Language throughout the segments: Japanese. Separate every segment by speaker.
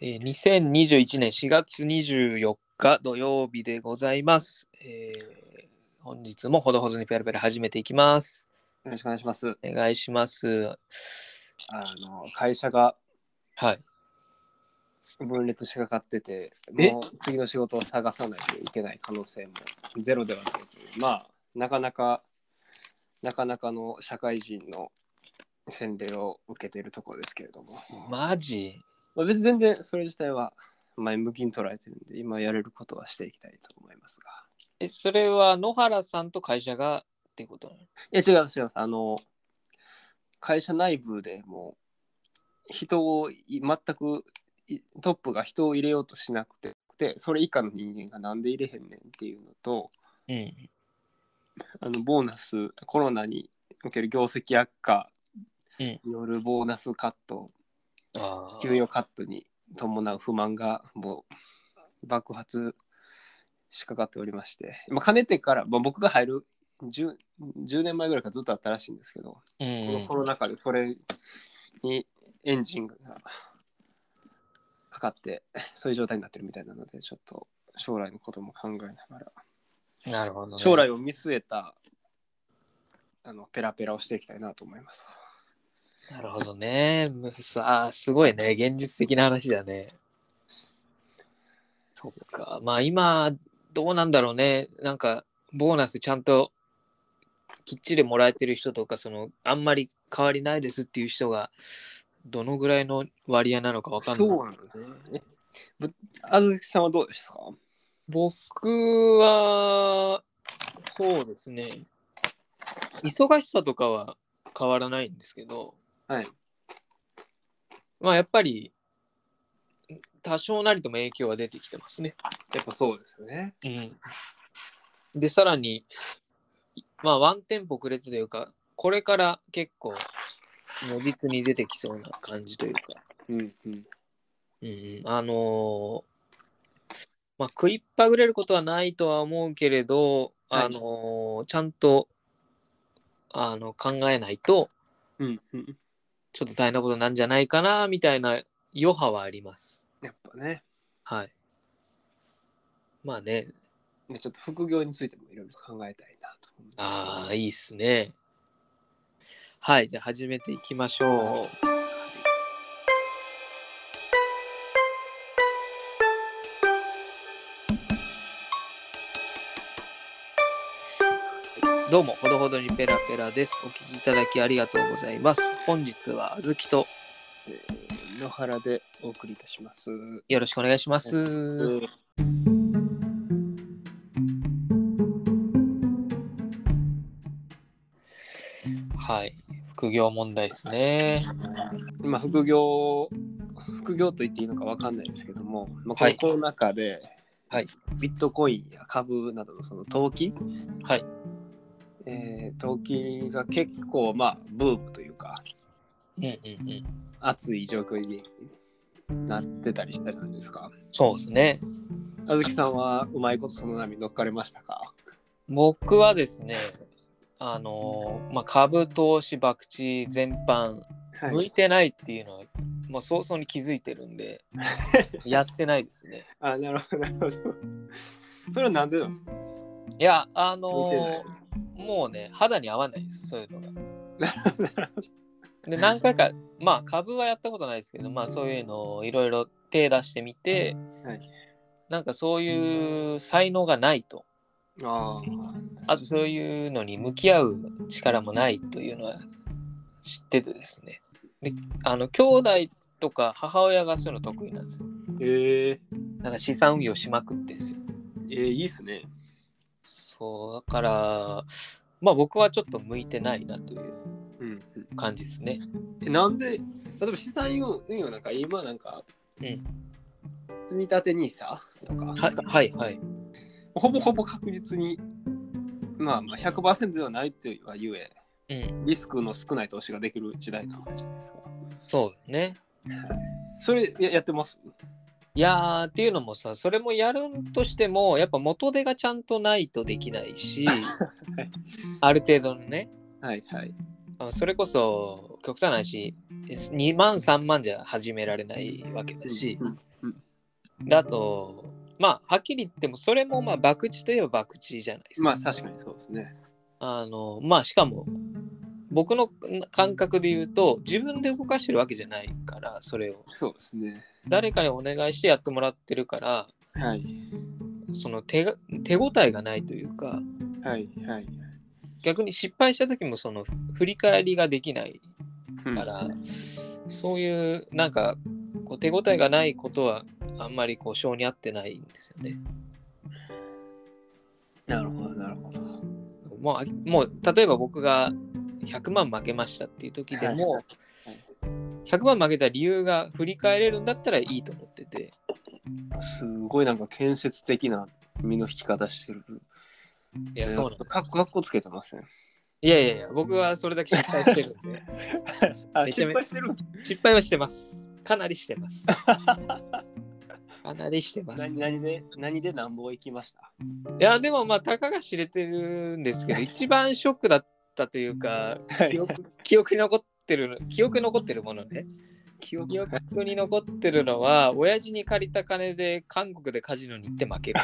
Speaker 1: えー2021年4月24日土曜日でございます。えー本日もほどほどにペラペラ始めていきます。
Speaker 2: よろしくお願いします。
Speaker 1: お願いします。
Speaker 2: あの会社が
Speaker 1: はい。
Speaker 2: 分裂しかかってて、
Speaker 1: え
Speaker 2: もう次の仕事を探さないといけない可能性もゼロではないという、まあ、なかなか、なかなかの社会人の洗礼を受けているところですけれども、
Speaker 1: マジ
Speaker 2: まあ、別に全然それ自体は前向きに捉えてるんで、今やれることはしていきたいと思いますが。
Speaker 1: え、それは野原さんと会社がっていうことなの
Speaker 2: いや、違います、違います。あの、会社内部でもう、人をい全くいトップが人を入れようとしなくて、でそれ以下の人間がなんで入れへんねんっていうのと、
Speaker 1: うん。
Speaker 2: あのボーナス、コロナにおける業績悪化
Speaker 1: うん
Speaker 2: によるボーナスカット、
Speaker 1: あ
Speaker 2: 給与カットに伴う不満がもう爆発しかかっておりまして、まあ、かねてから、まあ、僕が入る 10, 10年前ぐらいからずっとあったらしいんですけど、
Speaker 1: う
Speaker 2: この
Speaker 1: ん
Speaker 2: コ。ロナ禍でそれにエンジンがかかってそういう状態になってるみたいなのでちょっと将来のことも考えながら
Speaker 1: なるほど、ね。
Speaker 2: 将来を見据えたあのペラペラをしていきたいなと思います。
Speaker 1: なるほどね。むさあ、すごいね。現実的な話だね。そっか。まあ今、どうなんだろうね。なんか、ボーナスちゃんときっちりもらえてる人とか、その、あんまり変わりないですっていう人が、どのぐらいの割合なのかわかんない。
Speaker 2: そうなんですよね。ぶあずきさんはどうですか
Speaker 1: 僕は、そうですね。忙しさとかは変わらないんですけど、
Speaker 2: はい。
Speaker 1: まあやっぱり、多少なりとも影響は出てきてますね。
Speaker 2: やっぱそうですよね。
Speaker 1: うん。で、さらに、まあワンテンポくれてというか、これから結構、如実に出てきそうな感じというか、
Speaker 2: うんうん。
Speaker 1: うんうん、あのーまあ、食いっぱぐれることはないとは思うけれど、
Speaker 2: はい
Speaker 1: あのーちゃんとあの考えないと、
Speaker 2: うんうん。
Speaker 1: ちょっと大変なことなんじゃないかな、みたいな余波はあります。
Speaker 2: やっぱね。
Speaker 1: はい。まあね、
Speaker 2: ねちょっと副業についてもいろいろ考えたいなと思うんですけど
Speaker 1: ああ、いいっすね。はい、じゃあ始めていきましょう。どうも、ほどほどにペラペラです。お聞きいただきありがとうございます。本日はあずきと
Speaker 2: 野原でお送りいたします。
Speaker 1: よろしくお願いします。はい、副業問題ですね。
Speaker 2: 今副業副業と言っていいのかわかんないですけども、まあ、こ
Speaker 1: は
Speaker 2: の
Speaker 1: い
Speaker 2: コロナ禍で、
Speaker 1: はい
Speaker 2: ビットコインや株などのその投機、
Speaker 1: はい、
Speaker 2: えー投機が結構まあブームというか
Speaker 1: うんうんうん。
Speaker 2: 熱い状況になってたりしたじゃないですか。
Speaker 1: そうですね。
Speaker 2: あずきさんはうまいことその波に乗っかれましたか
Speaker 1: 僕はですね、あのーまあ、株投資、博打全般、
Speaker 2: は
Speaker 1: 向いてないっていうのは、もう早々に気づいてるん で、やってないですね。
Speaker 2: あなるほどなるほど。 それはなんでなんですか
Speaker 1: いや、あ
Speaker 2: 向いてな
Speaker 1: の
Speaker 2: い
Speaker 1: ーもうね、肌に合わないです、そういうのが。
Speaker 2: なるほど
Speaker 1: で、何回か、まあ、株はやったことないですけど、まあ、そういうのをいろいろ手出してみて、
Speaker 2: はい
Speaker 1: なんかそういう才能がないと。
Speaker 2: あ
Speaker 1: あとそういうのに向き合う力もないというのは知っててですね。で、あの、兄弟とか母親がそういうの得意なんですよ。
Speaker 2: ーえー、
Speaker 1: なんか資産運用しまくってですよ。
Speaker 2: えー、いいっすね。
Speaker 1: そう、だから、まあ僕はちょっと向いてないなという
Speaker 2: うん、
Speaker 1: 感じですね。
Speaker 2: えなんで例えば資産運用なんか今なんか、
Speaker 1: うん
Speaker 2: 積み立て NISA とか、
Speaker 1: はい、はい、はい。
Speaker 2: ほぼほぼ確実にまあまあ100%ではないとはゆえ
Speaker 1: うん、
Speaker 2: リスクの少ない投資ができる時代なわけじゃないですか。
Speaker 1: そうね。
Speaker 2: それややってます
Speaker 1: いやーっていうのもさそれもやるとしてもやっぱ元手がちゃんとないとできないし、ある程度のね
Speaker 2: はいはい。
Speaker 1: あそれこそ極端な話2万3万じゃ始められないわけだし、
Speaker 2: うん
Speaker 1: だと、まあ、はっきり言っても、それも、まあ、博打といえば博打じゃないです
Speaker 2: ま
Speaker 1: か。
Speaker 2: あ確かにそうですね。
Speaker 1: あの、まあ、しかも、僕の感覚で言うと、自分で動かしてるわけじゃないから、それを。
Speaker 2: そうですね。
Speaker 1: 誰かにお願いしてやってもらってるから、
Speaker 2: はい。
Speaker 1: その手が手応えがないというか、
Speaker 2: はい。はい。
Speaker 1: 逆に失敗した時も、その、振り返りができない
Speaker 2: うん
Speaker 1: から、そういうなんかこう手応えがないことはあんまりこう性に合ってないんですよね。
Speaker 2: なるほど、なるほど。
Speaker 1: もうあもう例えば僕が100万負けましたっていう時でも、
Speaker 2: はい
Speaker 1: 100万負けた理由が振り返れるんだったらいいと思ってて
Speaker 2: すごいなんか建設的な身の引き方してる。
Speaker 1: いやそうなんです
Speaker 2: かっこかっこつけてません。
Speaker 1: いやいやいや僕はそれだけ失敗してるんで
Speaker 2: あ
Speaker 1: めちゃめ
Speaker 2: してる。
Speaker 1: 失敗はしてますかなりしてます かなりしてますい
Speaker 2: 何何で何でなんぼ行きました。
Speaker 1: やでもまあたかが知れてるんですけど一番ショックだったというか
Speaker 2: は
Speaker 1: 記憶記憶に残ってる記憶に残ってるものね
Speaker 2: 記憶
Speaker 1: 記憶に残ってるのは親父に借りた金で韓国でカジノに行って負ける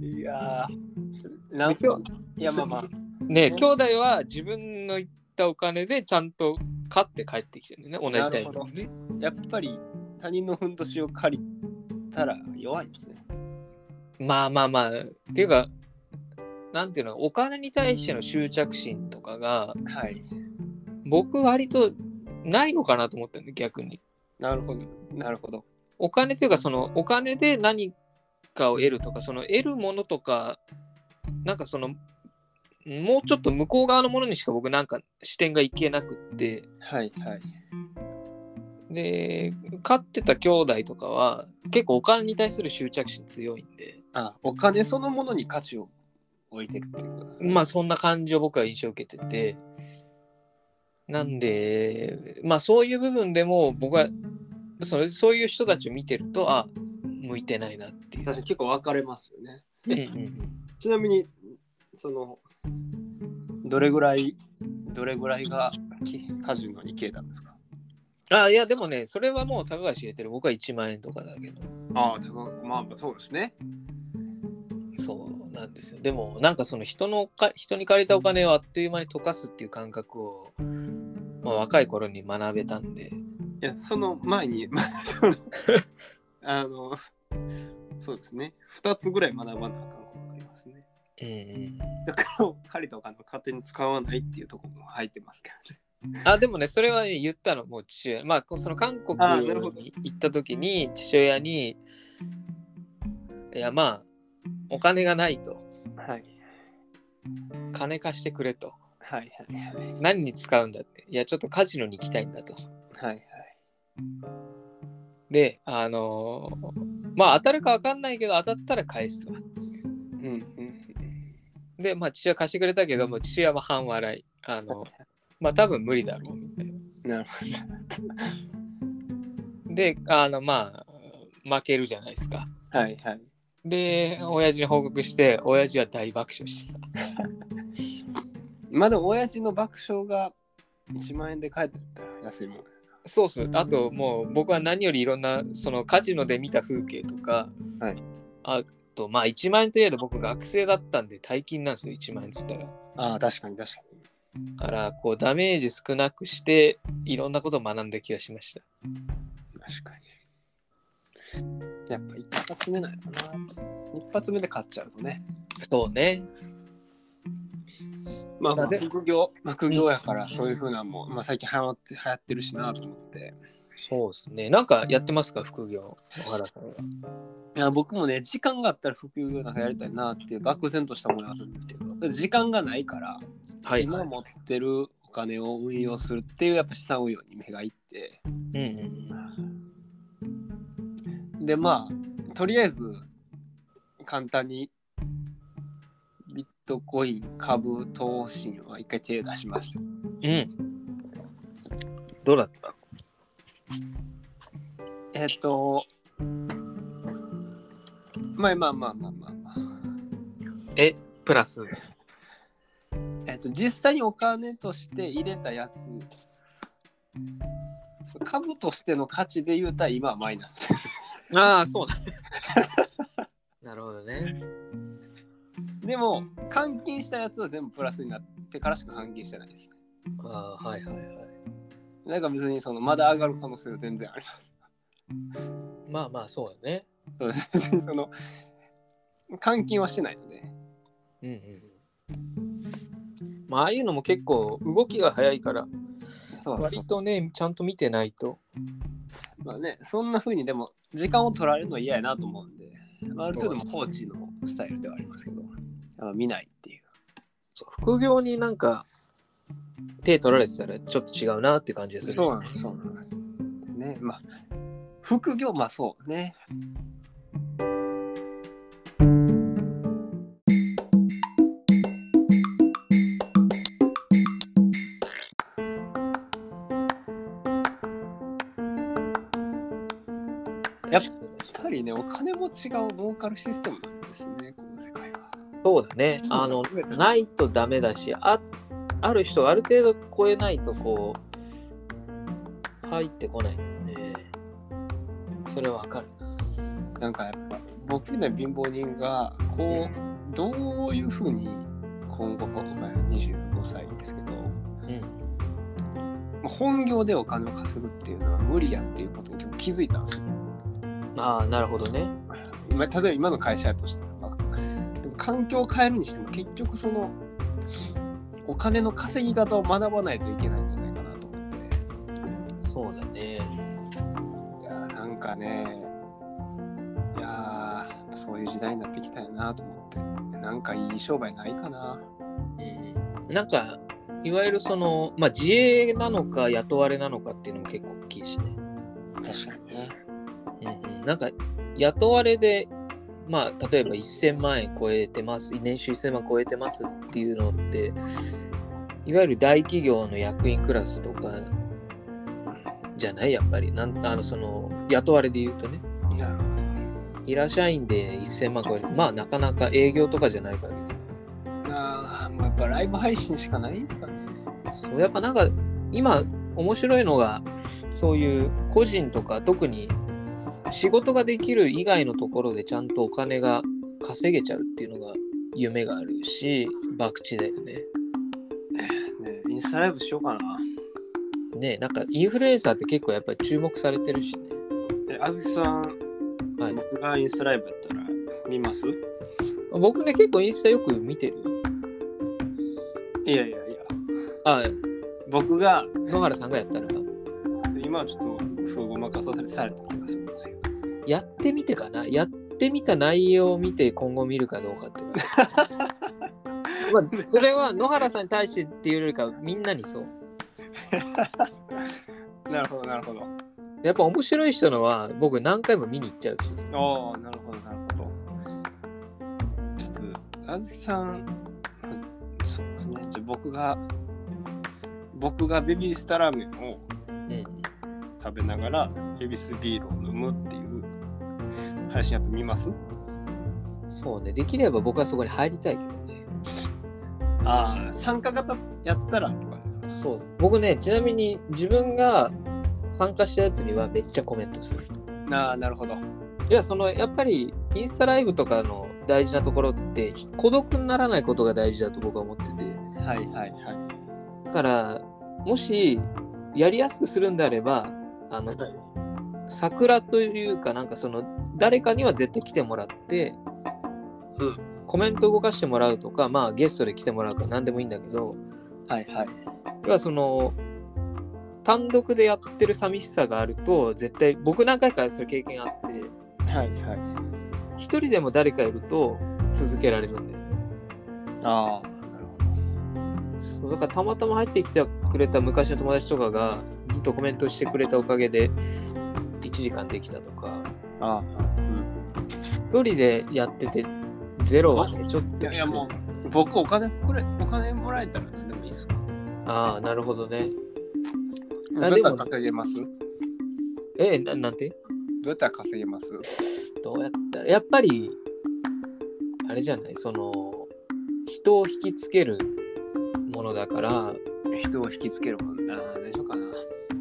Speaker 2: いやー。なん
Speaker 1: 今
Speaker 2: かいやまあまあ。
Speaker 1: ね兄弟は自分の行ったお金でちゃんと勝って帰ってきてるね同じタイプのね
Speaker 2: やっぱり他人のふんどしを借りたら弱いんですね。
Speaker 1: まあまあまあっていうかなんていうのお金に対しての執着心とかが
Speaker 2: はい。
Speaker 1: 僕割とないのかなと思ったんで逆に
Speaker 2: なるほど。なるほど。
Speaker 1: お金というかそのお金で何かを得るとかその得るものとかなんかそのもうちょっと向こう側のものにしか僕なんか視点がいけなくって
Speaker 2: はいはい。
Speaker 1: で飼ってた兄弟とかは結構お金に対する執着心強いんで
Speaker 2: あお金そのものに価値を置いてるっていうことですね
Speaker 1: まあそんな感じを僕は印象を受けててなんでまあそういう部分でも僕はそれそういう人たちを見てるとあ向いてないなっていう
Speaker 2: 確か。に結構分かれますよね。
Speaker 1: うんうん
Speaker 2: ちなみにそのどれぐらいどれぐらいがきカジノに消えたんですか
Speaker 1: あいやでもねそれはもう高橋入れてる僕は1万円とかだけど
Speaker 2: ああ、まあそうですね。
Speaker 1: そうなんですよでもなんかその人のか人に借りたお金をあっという間に溶かすっていう感覚を、まあ、若い頃に学べたんで
Speaker 2: いや、その前に、 まあ、そのあの、そうですね。2つぐらい学ばなあかんことがありますね。
Speaker 1: うんうん
Speaker 2: だから、借りたお金を勝手に使わないっていうところも入ってますけどね。
Speaker 1: あでもねそれはね、言ったのもう父親まあこその韓国
Speaker 2: あなるほど
Speaker 1: に行った時に父親にいやまあお金がないと
Speaker 2: はい。
Speaker 1: 金貸してくれと
Speaker 2: はいはい。
Speaker 1: 何に使うんだっていやちょっとカジノに行きたいんだと
Speaker 2: はいはい。
Speaker 1: で、あのーまあ当たるか分かんないけど当たったら返すわ。
Speaker 2: うんうん。
Speaker 1: で、まあ父親貸してくれたけど、もう父親は半笑い。あのまあ多分無理だろうみたいな。
Speaker 2: なるほ
Speaker 1: で、あのまあ負けるじゃないですか。
Speaker 2: ど。はいはい。
Speaker 1: で、親父に報告して、親父は大爆笑してた。
Speaker 2: まだ親父の爆笑が1万円で帰ってったら安いもん。
Speaker 1: そうそう。あともう僕は何よりいろんなそのカジノで見た風景とか、
Speaker 2: はい
Speaker 1: あとまあ1万円といえど僕学生だったんで大金なんですよ、1万円っつったら。
Speaker 2: ああ、確かに確かに。
Speaker 1: からこうダメージ少なくしていろんなことを学んだ気がしました。
Speaker 2: 確かに。やっぱ一発目なのかな。一発目で勝っちゃうとね。
Speaker 1: そうね。
Speaker 2: まあ、
Speaker 1: まあで
Speaker 2: 副業、副業やから、そういうふうなもん、まあ、最近流行って流行ってるしなと思ってて。
Speaker 1: そうですね。なんかやってますか副業小原さんは。
Speaker 2: いや、僕もね、時間があったら副業なんかやりたいなっていう、漠然としたものがあるんですけど、時間がないから、
Speaker 1: はい、は
Speaker 2: 今
Speaker 1: い。
Speaker 2: 持ってるお金を運用するっていう、やっぱ資産運用に目がいって、
Speaker 1: うんうん
Speaker 2: で、まあ、とりあえず、簡単に、ビットコイン、株、投資には一回手出しました。
Speaker 1: うん。うん。どうだった
Speaker 2: えっと、まあまあまあまあまあまあ。
Speaker 1: え、プラス。
Speaker 2: えっと、実際にお金として入れたやつ、株としての価値で言うたら今はマイナスです。
Speaker 1: ああ、そうな。 なるほどね。
Speaker 2: でも換金したやつは全部プラスになってからしか換金してないですね
Speaker 1: ああ、はいはいはい。
Speaker 2: なんか別にそのまだ上がる可能性は全然あります
Speaker 1: まあまあ、そうだね。
Speaker 2: そう別にその換金はしてないので
Speaker 1: うんうんうん。まあ、ああいうのも結構動きが早いから、
Speaker 2: そうです
Speaker 1: 割とね、ちゃんと見てないと。
Speaker 2: まあねそんな風にでも時間を取られるのは嫌やなと思うんで、まあ、ある程度もコーチのスタイルではありますけどあの見ないっていう
Speaker 1: そう副業になんか手取られてたらちょっと違うなって感じがする。
Speaker 2: そうなんですそうなんですねまあ副業まあそうねやっやっぱりねお金も違う儲かるシステムなんですねこの世界は
Speaker 1: そうだね。あの、ないとダメだし、あある人がある程度超えないとこう、入ってこないので、それはわかる。
Speaker 2: なんかやっぱ僕みたいな貧乏人がこうどういうふうに今後まあ25歳ですけど
Speaker 1: うん。
Speaker 2: まあ本業でお金を稼ぐっていうのは無理やっていうことに今日気づいたんですよ。
Speaker 1: ああ、なるほどね。
Speaker 2: まあ例えば今の会社やとしたら、まあ、でも環境を変えるにしても結局そのお金の稼ぎ方を学ばないといけないんじゃないかなと思って。
Speaker 1: そうだね。
Speaker 2: いやーなんかねいやーそういう時代になってきたよなと思ってなんかいい商売ないかな
Speaker 1: うん。なんか、いわゆるその、まあ、自営なのか雇われなのかっていうのも結構大きいしね。
Speaker 2: 確かにね
Speaker 1: うんうん、なんか雇われで、まあ、例えば1000万円超えてます年収1000万超えてますっていうのっていわゆる大企業の役員クラスとかじゃないやっぱりなんあのその雇われで言うとね
Speaker 2: なるほ
Speaker 1: いらっしゃいんで1000万超えるまあなかなか営業とかじゃないから
Speaker 2: どあーもうやっぱライブ配信しかないんですかね
Speaker 1: そうやっぱなんか今面白いのがそういう個人とか特に仕事ができる以外のところでちゃんとお金が稼げちゃうっていうのが夢があるし博打だよね。
Speaker 2: ねインスタライブしようかな
Speaker 1: ねえなんかインフルエンサーって結構やっぱり注目されてるしね。
Speaker 2: えあずきさ
Speaker 1: は
Speaker 2: ん、
Speaker 1: い
Speaker 2: 僕がインスタライブやったら見ます
Speaker 1: 僕ね結構インスタよく見てるよ。
Speaker 2: いやいやいや
Speaker 1: あ
Speaker 2: 僕が
Speaker 1: 野原さんがやったら
Speaker 2: 今はちょっとそうごまかされた気がするんですけ ど
Speaker 1: やってみてかなやってみた内容を見て今後見るかどうかっていうのはまあそれは野原さんに対してっていうよりかはみんなにそう。
Speaker 2: なるほどなるほど
Speaker 1: やっぱ面白い人のは僕何回も見に行っちゃうし。
Speaker 2: ああ、なるほど、なるほど。ちょっと、あずきさん、そうですね、じゃあ僕が、僕がベビースタラーメンを
Speaker 1: うん。
Speaker 2: 食べながら、エビスビールを飲むっていう配信やってみます
Speaker 1: そうね。できれば僕はそこに入りたいけどね。
Speaker 2: ああ、参加型やったらとかですか
Speaker 1: そう。僕ね、ちなみに自分が参加したやつにはめっちゃコメントする。
Speaker 2: ああ、なるほど。
Speaker 1: いや、その、やっぱりインスタライブとかの大事なところって孤独にならないことが大事だと僕は思ってて。
Speaker 2: はいはいは
Speaker 1: だから、もしやりやすくするんであれば、あの、
Speaker 2: はい
Speaker 1: 桜というかなんかその誰かには絶対来てもらって、
Speaker 2: うん
Speaker 1: コメント動かしてもらうとかまあゲストで来てもらうか何でもいいんだけど
Speaker 2: い。はいはい。
Speaker 1: 要はその単独でやってる寂しさがあると絶対僕何回かそういう経験あって
Speaker 2: はいはい。
Speaker 1: 一人でも誰かいると続けられるんだよね
Speaker 2: ああ、なるほど。
Speaker 1: そうだからたまたま入ってきてくれた昔の友達とかがずっとコメントしてくれたおかげで1時間できたとか
Speaker 2: ああ、うん。
Speaker 1: 一人でやっててゼロはねちょっ
Speaker 2: い
Speaker 1: と
Speaker 2: や
Speaker 1: き
Speaker 2: い
Speaker 1: つい
Speaker 2: やもう、僕お金膨れ、お金もらえたら何でもいいですよ。
Speaker 1: ああなるほどね
Speaker 2: どう
Speaker 1: あ
Speaker 2: やっ
Speaker 1: でも
Speaker 2: たら稼げます
Speaker 1: えななんて
Speaker 2: どうやったら稼げます
Speaker 1: どうやったらやっぱりあれじゃないその人を引きつけるものだから
Speaker 2: 人を引きつけるもんな。大丈夫かな。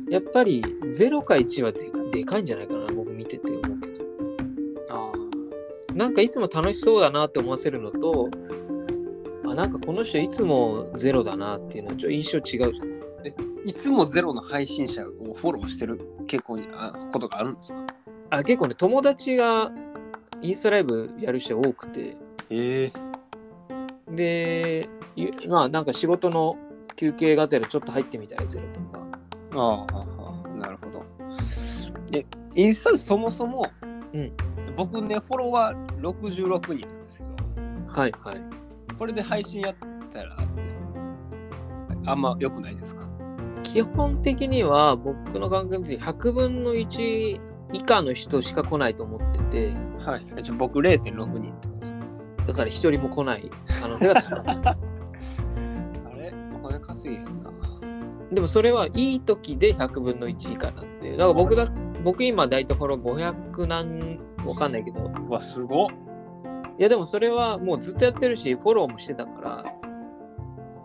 Speaker 1: やっぱり0か1はででかいんじゃないかな僕見てて思うけどなんかいつも楽しそうだなって思わせるのと、あ、なんかこの人いつもゼロだなっていうのはちょっと印象違うじゃん。
Speaker 2: いつもゼロの配信者をフォローしてる傾向にあことがあるんですか
Speaker 1: あ、結構ね、友達がインスタライブやる人多くて、
Speaker 2: へえ
Speaker 1: で、ゆまあなんか仕事の休憩がてらちょっと入ってみたりするとか。
Speaker 2: ああなるほどえインスタそもそも、
Speaker 1: うん
Speaker 2: 僕ねフォロワー66人なんですけど
Speaker 1: はいはい。
Speaker 2: これで配信やったらあんま良くないですか
Speaker 1: 基本的には僕の感覚で100分の1以下の人しか来ないと思ってて、
Speaker 2: はいじゃあ僕0.6人ってことです
Speaker 1: だから一人も来ない可能性が高い。
Speaker 2: あれお金稼げへんな
Speaker 1: でもそれはいい時で100分の1以下なんで、だから僕だ僕今大体フォロー500何わかんないけど、
Speaker 2: うわすごっ
Speaker 1: いやでもそれはもうずっとやってるし、フォローもしてたから、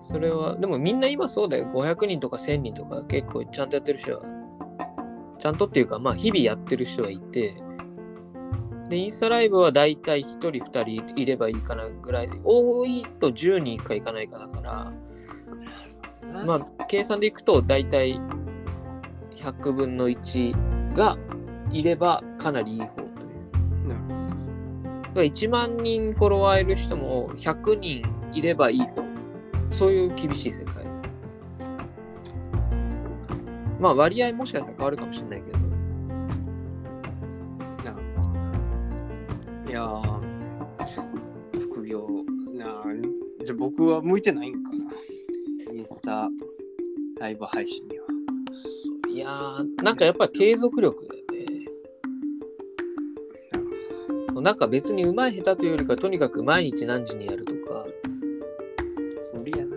Speaker 1: それは、でもみんな今そうだよ。500人とか1000人とか結構ちゃんとやってる人は、ちゃんとっていうか、まあ日々やってる人はいて、で、インスタライブはだいたい1人2人いればいいかなぐらい、多いと10人いくかいかないかだから、まあ、計算でいくと大体100分の1がいればかなりいい方という。
Speaker 2: なる
Speaker 1: だから1万人フォロワーいる人も100人いればいい方。そういう厳しい世界。まあ割合もしかしたら変わるかもしれないけど。
Speaker 2: いやー副業なあじゃあ僕は向いてないんかなインスタライブ配信にはい
Speaker 1: やー、なんかやっぱり継続力だよね。なんか別に上手い下手というよりか、とにかく毎日何時にやるとか、
Speaker 2: 無理やな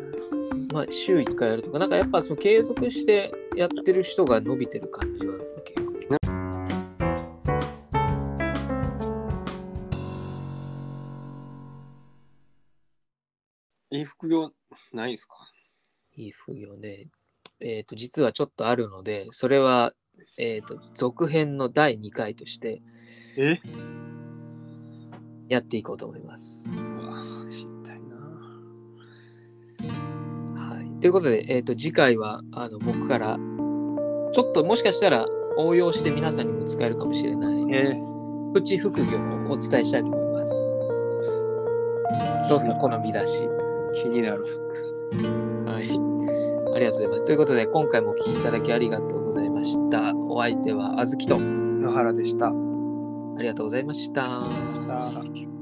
Speaker 1: まあ、週1回やるとか、なんかやっぱその継続してやってる人が伸びてる感じは結構。
Speaker 2: え副業ないですか
Speaker 1: いい副業で、えっ、と、実はちょっとあるので、それは、えっ、と、続編の第2回として
Speaker 2: え
Speaker 1: やっていこうと思います。
Speaker 2: うわ知りたいな
Speaker 1: はい。ということで、えっ、と、次回は、あの、僕から、ちょっともしかしたら応用して皆さんにも使えるかもしれない、
Speaker 2: え
Speaker 1: プチ副業をお伝えしたいと思います。どうですか、この見出し。
Speaker 2: 気になる
Speaker 1: はい。ありがとうございます。ということで、今回もお聞きいただきありがとうございました。お相手はあずきと、
Speaker 2: 野原でした
Speaker 1: ありがとうございました。
Speaker 2: また